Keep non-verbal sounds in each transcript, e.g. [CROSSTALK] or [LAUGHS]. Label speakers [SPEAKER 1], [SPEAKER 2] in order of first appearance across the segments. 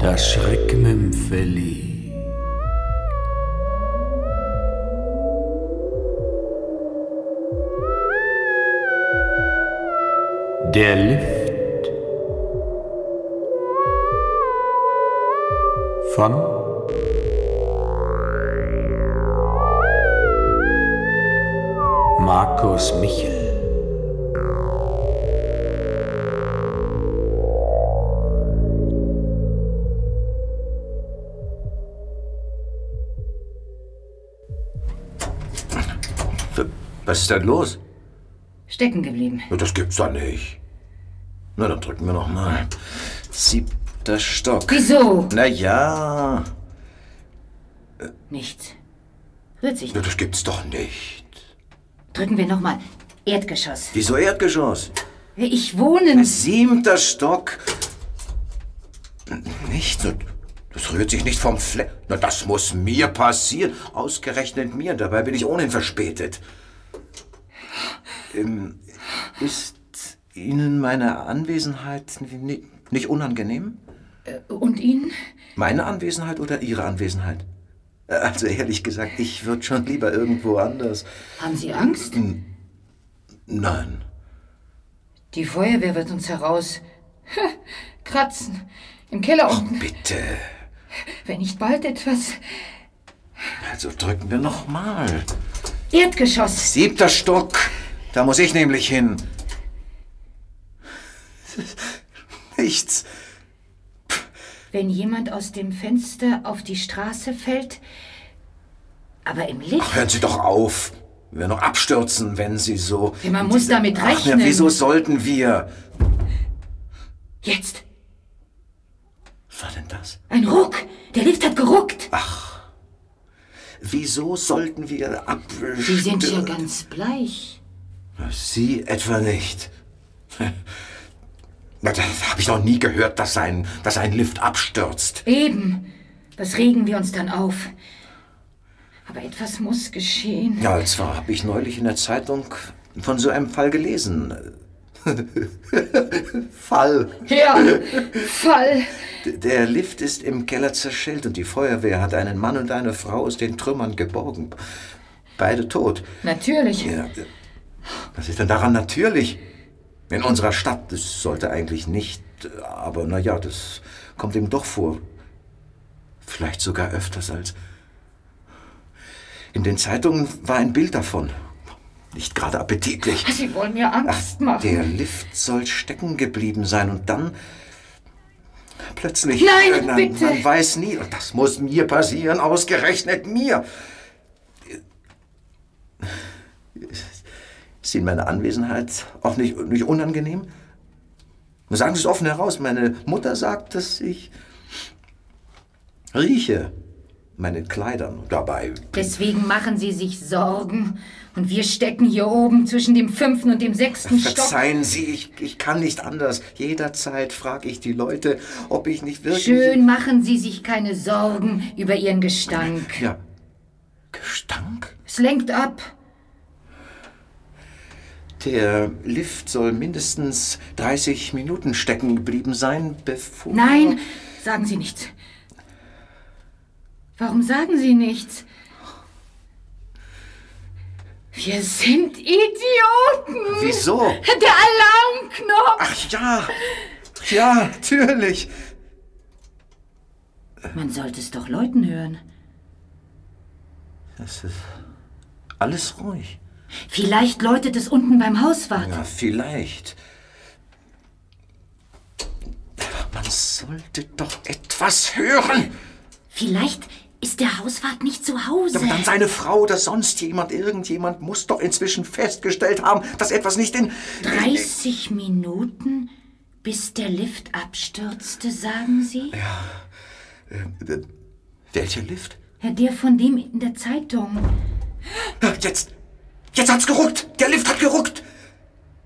[SPEAKER 1] Das Schreckmümpfeli. Der Lift von Markus Michel.
[SPEAKER 2] Was ist denn los?
[SPEAKER 3] Stecken geblieben.
[SPEAKER 2] Das gibt's doch nicht. Na, dann drücken wir nochmal. Siebter Stock.
[SPEAKER 3] Wieso?
[SPEAKER 2] Na ja.
[SPEAKER 3] Nichts. Rührt sich
[SPEAKER 2] Na,
[SPEAKER 3] nicht.
[SPEAKER 2] Das gibt's doch nicht.
[SPEAKER 3] Drücken wir nochmal. Erdgeschoss.
[SPEAKER 2] Wieso Erdgeschoss?
[SPEAKER 3] Ich wohne.
[SPEAKER 2] Siebter Stock. Nicht so. Das rührt sich nicht vom Fleck. Na, das muss mir passieren. Ausgerechnet mir. Dabei bin ich ohnehin verspätet. Ähm, ist Ihnen meine Anwesenheit ni- nicht unangenehm?
[SPEAKER 3] Und Ihnen?
[SPEAKER 2] Meine Anwesenheit oder Ihre Anwesenheit? Äh, Also ehrlich gesagt, ich würde schon lieber irgendwo anders.
[SPEAKER 3] Haben Sie Angst?
[SPEAKER 2] Nein.
[SPEAKER 3] Die Feuerwehr wird uns heraus. [LAUGHS] Kratzen. Im Keller unten.
[SPEAKER 2] Bitte.
[SPEAKER 3] Wenn nicht bald etwas.
[SPEAKER 2] Also drücken wir nochmal.
[SPEAKER 3] Erdgeschoss.
[SPEAKER 2] Siebter Stock. Da muss ich nämlich hin. [LAUGHS] Nichts.
[SPEAKER 3] Wenn jemand aus dem Fenster auf die Straße fällt. Aber im Lift.
[SPEAKER 2] Hören Sie doch auf. Wir werden noch abstürzen, wenn Sie so.
[SPEAKER 3] Ja, man muss damit
[SPEAKER 2] Ach, na,
[SPEAKER 3] rechnen.
[SPEAKER 2] wieso sollten wir?
[SPEAKER 3] Jetzt.
[SPEAKER 2] Was war denn das?
[SPEAKER 3] Ein Ruck. Der Lift hat geruckt.
[SPEAKER 2] Wieso sollten wir ab.
[SPEAKER 3] Sie sind ja ganz bleich.
[SPEAKER 2] Sie etwa nicht. [LAUGHS] Na, das habe ich noch nie gehört, dass ein, dass ein Lift abstürzt.
[SPEAKER 3] Eben. Was regen wir uns dann auf? Aber etwas muss geschehen.
[SPEAKER 2] Ja, und zwar habe ich neulich in der Zeitung von so einem Fall gelesen. [LAUGHS] Fall.
[SPEAKER 3] Ja, Fall.
[SPEAKER 2] D- Der Lift ist im Keller zerschellt und die Feuerwehr hat einen Mann und eine Frau aus den Trümmern geborgen. Beide tot.
[SPEAKER 3] Natürlich.
[SPEAKER 2] Ja, äh, was ist denn daran natürlich? In unserer Stadt, das sollte eigentlich nicht, äh, aber naja, das kommt ihm doch vor. Vielleicht sogar öfters als. In den Zeitungen war ein Bild davon. Nicht gerade appetitlich.
[SPEAKER 3] Sie wollen mir Angst machen.
[SPEAKER 2] Der Lift soll stecken geblieben sein und dann plötzlich. äh,
[SPEAKER 3] Nein,
[SPEAKER 2] man,
[SPEAKER 3] bitte.
[SPEAKER 2] Man weiß nie. Und das muss mir passieren, ausgerechnet mir. Ist Ihnen meine Anwesenheit auch nicht, nicht unangenehm? Sagen Sie es offen heraus. Meine Mutter sagt, dass ich rieche meinen Kleidern. Dabei
[SPEAKER 3] Deswegen machen Sie sich Sorgen. Und wir stecken hier oben zwischen dem fünften und dem sechsten Stock.
[SPEAKER 2] Verzeihen Sie, ich, ich kann nicht anders. Jederzeit frage ich die Leute, ob ich nicht wirklich.
[SPEAKER 3] Schön, machen Sie sich keine Sorgen über Ihren Gestank.
[SPEAKER 2] Ja. Gestank?
[SPEAKER 3] Es lenkt ab.
[SPEAKER 2] Der Lift soll mindestens 30 Minuten stecken geblieben sein, bevor.
[SPEAKER 3] Nein, sagen Sie nichts. Warum sagen Sie nichts? Wir sind Idioten.
[SPEAKER 2] Wieso?
[SPEAKER 3] Der Alarmknopf.
[SPEAKER 2] Ach ja. Ja, natürlich.
[SPEAKER 3] Man sollte es doch Leuten hören.
[SPEAKER 2] Es ist alles ruhig.
[SPEAKER 3] Vielleicht läutet es unten beim Hauswart.
[SPEAKER 2] Ja, vielleicht. Aber Man sollte doch etwas hören.
[SPEAKER 3] Vielleicht ist der Hauswart nicht zu Hause.
[SPEAKER 2] Aber dann seine Frau oder sonst jemand, irgendjemand muss doch inzwischen festgestellt haben, dass etwas nicht in.
[SPEAKER 3] 30 Minuten, bis der Lift abstürzte, sagen Sie?
[SPEAKER 2] Äh, äh, Welcher Lift?
[SPEAKER 3] Ja. Der von dem in der Zeitung.
[SPEAKER 2] Jetzt. Jetzt hat's geruckt. Der Lift hat geruckt.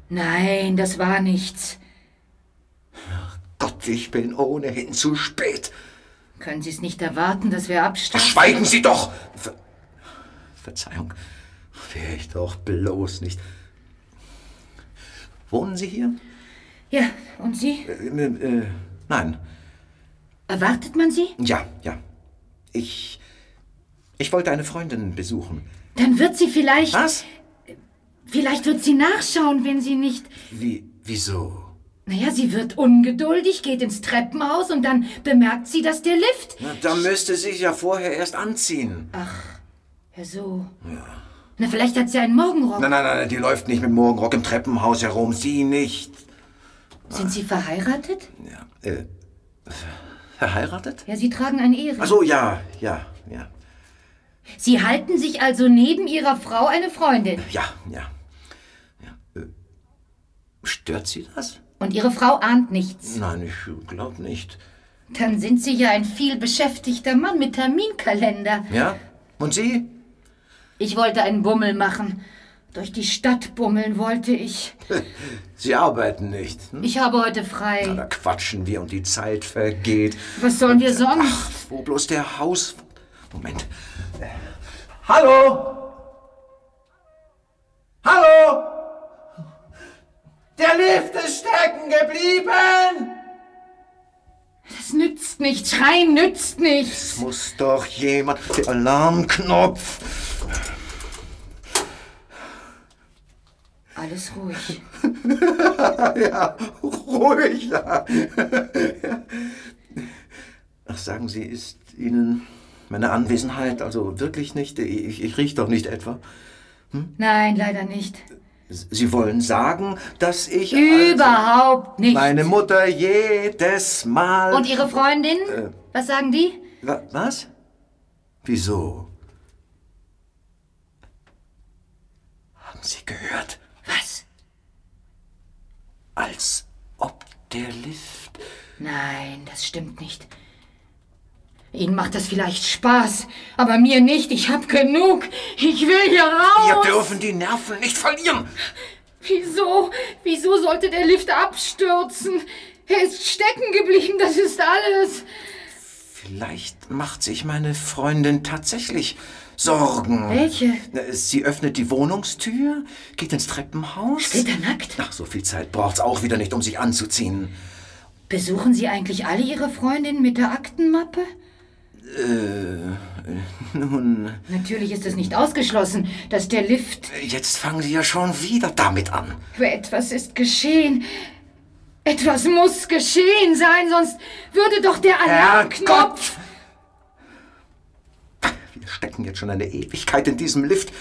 [SPEAKER 3] Nein, das war nichts.
[SPEAKER 2] Gott, ich bin ohnehin zu spät.
[SPEAKER 3] Können Sie es nicht erwarten, dass wir abstürzen?
[SPEAKER 2] Schweigen Sie doch! Ver Verzeihung. Wäre ich doch bloß nicht. Wohnen Sie hier?
[SPEAKER 3] Ja, und Sie?
[SPEAKER 2] Äh, äh, nein.
[SPEAKER 3] Erwartet man sie?
[SPEAKER 2] Ja, ja. Ich. Ich wollte eine Freundin besuchen.
[SPEAKER 3] Dann wird sie vielleicht.
[SPEAKER 2] Was?
[SPEAKER 3] Vielleicht wird sie nachschauen, wenn sie nicht.
[SPEAKER 2] Wie. Wieso?
[SPEAKER 3] Naja, sie wird ungeduldig, geht ins Treppenhaus und dann bemerkt sie, dass der Lift.
[SPEAKER 2] Na, da müsste sie sich ja vorher erst anziehen.
[SPEAKER 3] Ach, ja so. Na, vielleicht hat sie einen Morgenrock.
[SPEAKER 2] Nein, nein, nein, die läuft nicht mit Morgenrock im Treppenhaus herum. Sie nicht.
[SPEAKER 3] Sind sie verheiratet?
[SPEAKER 2] Ja, äh, verheiratet?
[SPEAKER 3] Ja, sie tragen einen Ehering.
[SPEAKER 2] Ach so, ja, ja, ja.
[SPEAKER 3] Sie halten sich also neben ihrer Frau eine Freundin.
[SPEAKER 2] Ja, ja. ja. Äh, Stört sie das?
[SPEAKER 3] Und ihre Frau ahnt nichts.
[SPEAKER 2] Nein, ich glaube nicht.
[SPEAKER 3] Dann sind sie ja ein viel beschäftigter Mann mit Terminkalender.
[SPEAKER 2] Ja? Und sie?
[SPEAKER 3] Ich wollte einen Bummel machen. Durch die Stadt bummeln wollte ich.
[SPEAKER 2] Sie arbeiten nicht. Hm?
[SPEAKER 3] Ich habe heute
[SPEAKER 2] Na,
[SPEAKER 3] frei.
[SPEAKER 2] da quatschen wir und die Zeit vergeht.
[SPEAKER 3] Was sollen wir sonst?
[SPEAKER 2] Ach, wo bloß der Haus. Moment. Äh, Hallo? Hallo? Der Lift ist stecken geblieben!
[SPEAKER 3] Das nützt nicht. Schreien nützt nichts.
[SPEAKER 2] Muss doch jemand. Der Alarmknopf!
[SPEAKER 3] Alles ruhig.
[SPEAKER 2] Ja, ruhig. Ja. Ach, sagen Sie, ist Ihnen meine Anwesenheit also wirklich nicht? Ich, ich rieche doch nicht etwa.
[SPEAKER 3] Nein, leider nicht.
[SPEAKER 2] Sie wollen sagen, dass ich.
[SPEAKER 3] Überhaupt nicht.
[SPEAKER 2] Meine Mutter jedes Mal.
[SPEAKER 3] Und ihre Freundin?
[SPEAKER 2] Äh.
[SPEAKER 3] Was sagen die?
[SPEAKER 2] Wa- Was? Wieso? Haben Sie gehört?
[SPEAKER 3] Was?
[SPEAKER 2] Als ob der Lift.
[SPEAKER 3] Nein, das stimmt nicht. Ihnen macht das vielleicht Spaß, aber mir nicht. Ich hab genug. Ich will hier
[SPEAKER 2] Wir
[SPEAKER 3] raus.
[SPEAKER 2] dürfen die Nerven nicht verlieren!
[SPEAKER 3] Wieso? Wieso sollte der Lift abstürzen? Er ist stecken geblieben, das ist alles.
[SPEAKER 2] Vielleicht macht sich meine Freundin tatsächlich Sorgen. Äh,
[SPEAKER 3] Welche?
[SPEAKER 2] Sie öffnet die Wohnungstür, geht ins Treppenhaus.
[SPEAKER 3] Steht er nackt?
[SPEAKER 2] Ach, so viel Zeit braucht's auch wieder nicht, um sich anzuziehen.
[SPEAKER 3] Besuchen Sie eigentlich alle Ihre Freundinnen mit der Aktenmappe?
[SPEAKER 2] Nun,
[SPEAKER 3] Natürlich ist es nicht ausgeschlossen, dass der Lift
[SPEAKER 2] jetzt fangen Sie ja schon wieder damit an.
[SPEAKER 3] Aber etwas ist geschehen. Etwas muss geschehen sein, sonst würde doch der Alarmknopf.
[SPEAKER 2] Wir stecken jetzt schon eine Ewigkeit in diesem Lift.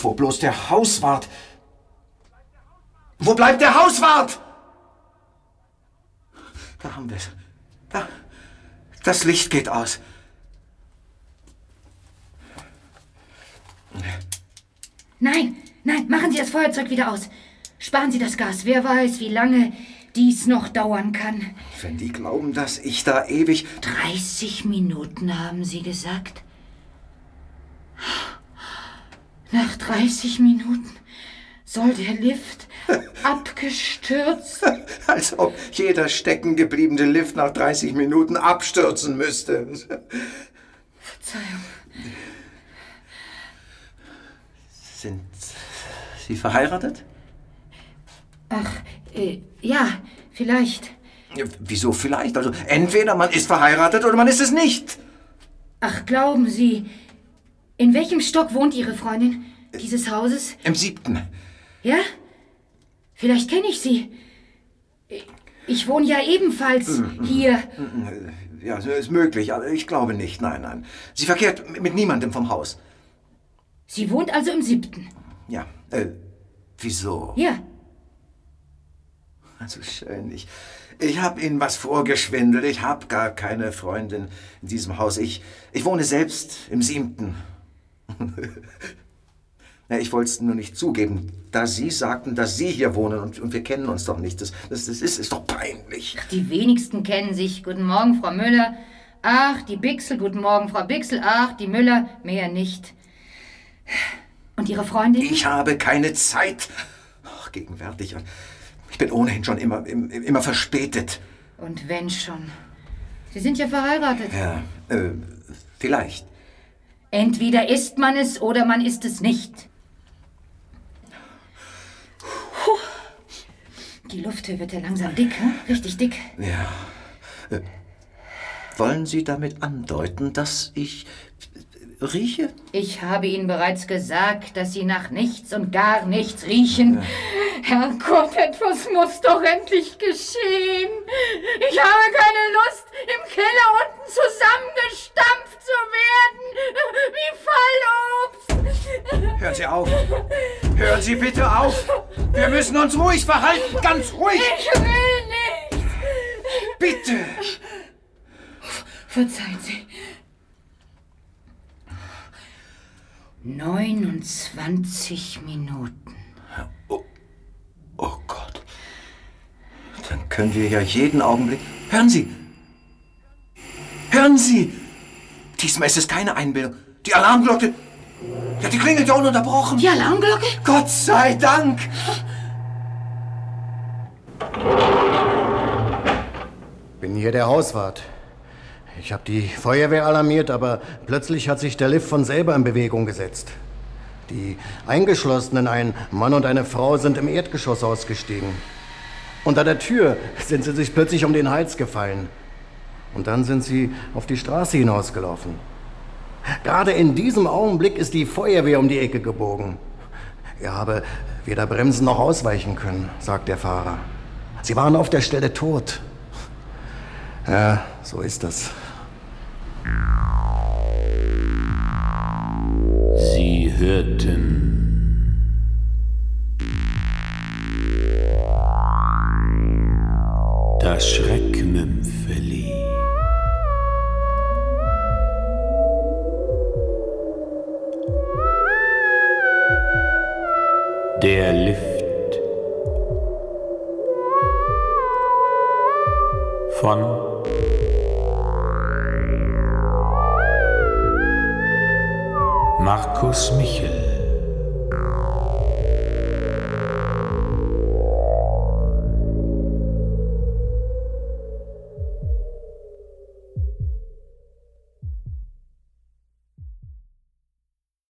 [SPEAKER 2] Wo bloß der Hauswart. Wo bleibt der Hauswart? Da haben wir's. Da. Das Licht geht aus.
[SPEAKER 3] Nein, nein, machen Sie das Feuerzeug wieder aus. Sparen Sie das Gas. Wer weiß, wie lange dies noch dauern kann.
[SPEAKER 2] Wenn die glauben, dass ich da ewig.
[SPEAKER 3] 30 Minuten haben Sie gesagt? Nach 30 Minuten soll der Lift abgestürzt
[SPEAKER 2] Als ob jeder steckengebliebene Lift nach 30 Minuten abstürzen müsste.
[SPEAKER 3] Verzeihung.
[SPEAKER 2] Sind Sie verheiratet?
[SPEAKER 3] Ach, äh, ja, vielleicht.
[SPEAKER 2] Ja, Wieso vielleicht? Also entweder man ist verheiratet oder man ist es nicht.
[SPEAKER 3] Ach, glauben Sie, in welchem Stock wohnt Ihre Freundin dieses Hauses?
[SPEAKER 2] Im siebten.
[SPEAKER 3] Ja? Vielleicht kenne ich sie. Äh, Ich wohne ja ebenfalls hier.
[SPEAKER 2] Ja, ist möglich, aber ich glaube nicht. Nein, nein. Sie verkehrt mit niemandem vom Haus.
[SPEAKER 3] Sie wohnt also im siebten.
[SPEAKER 2] Ja. Äh, wieso?
[SPEAKER 3] Ja,
[SPEAKER 2] Also schön. Ich, ich habe Ihnen was vorgeschwindelt. Ich habe gar keine Freundin in diesem Haus. Ich, ich wohne selbst im siebten. [LAUGHS] Na, ich wollte es nur nicht zugeben, da Sie sagten, dass Sie hier wohnen und, und wir kennen uns doch nicht. Das, das, das ist, ist doch peinlich.
[SPEAKER 3] die wenigsten kennen sich. Guten Morgen, Frau Müller. Ach, die Bixel. Guten Morgen, Frau Bixel. Ach, die Müller. Mehr nicht. Und Ihre Freundin?
[SPEAKER 2] Ich habe keine Zeit. Ach, gegenwärtig. Und Ich bin ohnehin schon immer, im- immer verspätet.
[SPEAKER 3] Und wenn schon. Sie sind ja verheiratet.
[SPEAKER 2] Ja, äh, vielleicht.
[SPEAKER 3] Entweder ist man es oder man ist es nicht. Puh. Die Lufthöhe wird ja langsam ne? dick, hm? richtig dick.
[SPEAKER 2] Ja. Äh, Wollen Sie damit andeuten, dass ich äh, rieche?
[SPEAKER 3] Ich habe Ihnen bereits gesagt, dass Sie nach nichts und gar nichts riechen. Herr Gott, etwas muss doch endlich geschehen. Ich habe keine Lust, im Keller unten zusammengestampft zu werden. Wie Fallobst.
[SPEAKER 2] Hören Sie auf! Hören Sie bitte auf! Wir müssen uns ruhig verhalten, ganz ruhig!
[SPEAKER 3] Ich will nicht.
[SPEAKER 2] Bitte!
[SPEAKER 3] Verzeihen Sie. 29 Minuten.
[SPEAKER 2] Oh Gott. Dann können wir ja jeden Augenblick. Hören Sie! Hören Sie! Diesmal ist es keine Einbildung. Die Alarmglocke. Ja, die klingelt ja ununterbrochen.
[SPEAKER 3] Die Alarmglocke?
[SPEAKER 2] Gott sei Dank!
[SPEAKER 4] Bin hier der Hauswart. Ich habe die Feuerwehr alarmiert, aber plötzlich hat sich der Lift von selber in Bewegung gesetzt. Die Eingeschlossenen, ein Mann und eine Frau, sind im Erdgeschoss ausgestiegen. Unter der Tür sind sie sich plötzlich um den Hals gefallen. Und dann sind sie auf die Straße hinausgelaufen. Gerade in diesem Augenblick ist die Feuerwehr um die Ecke gebogen. Er habe weder bremsen noch ausweichen können, sagt der Fahrer. Sie waren auf der Stelle tot. Ja, so ist das.
[SPEAKER 1] Sie hörten das Schreckmümpfeli. Der Lift von Markus Michel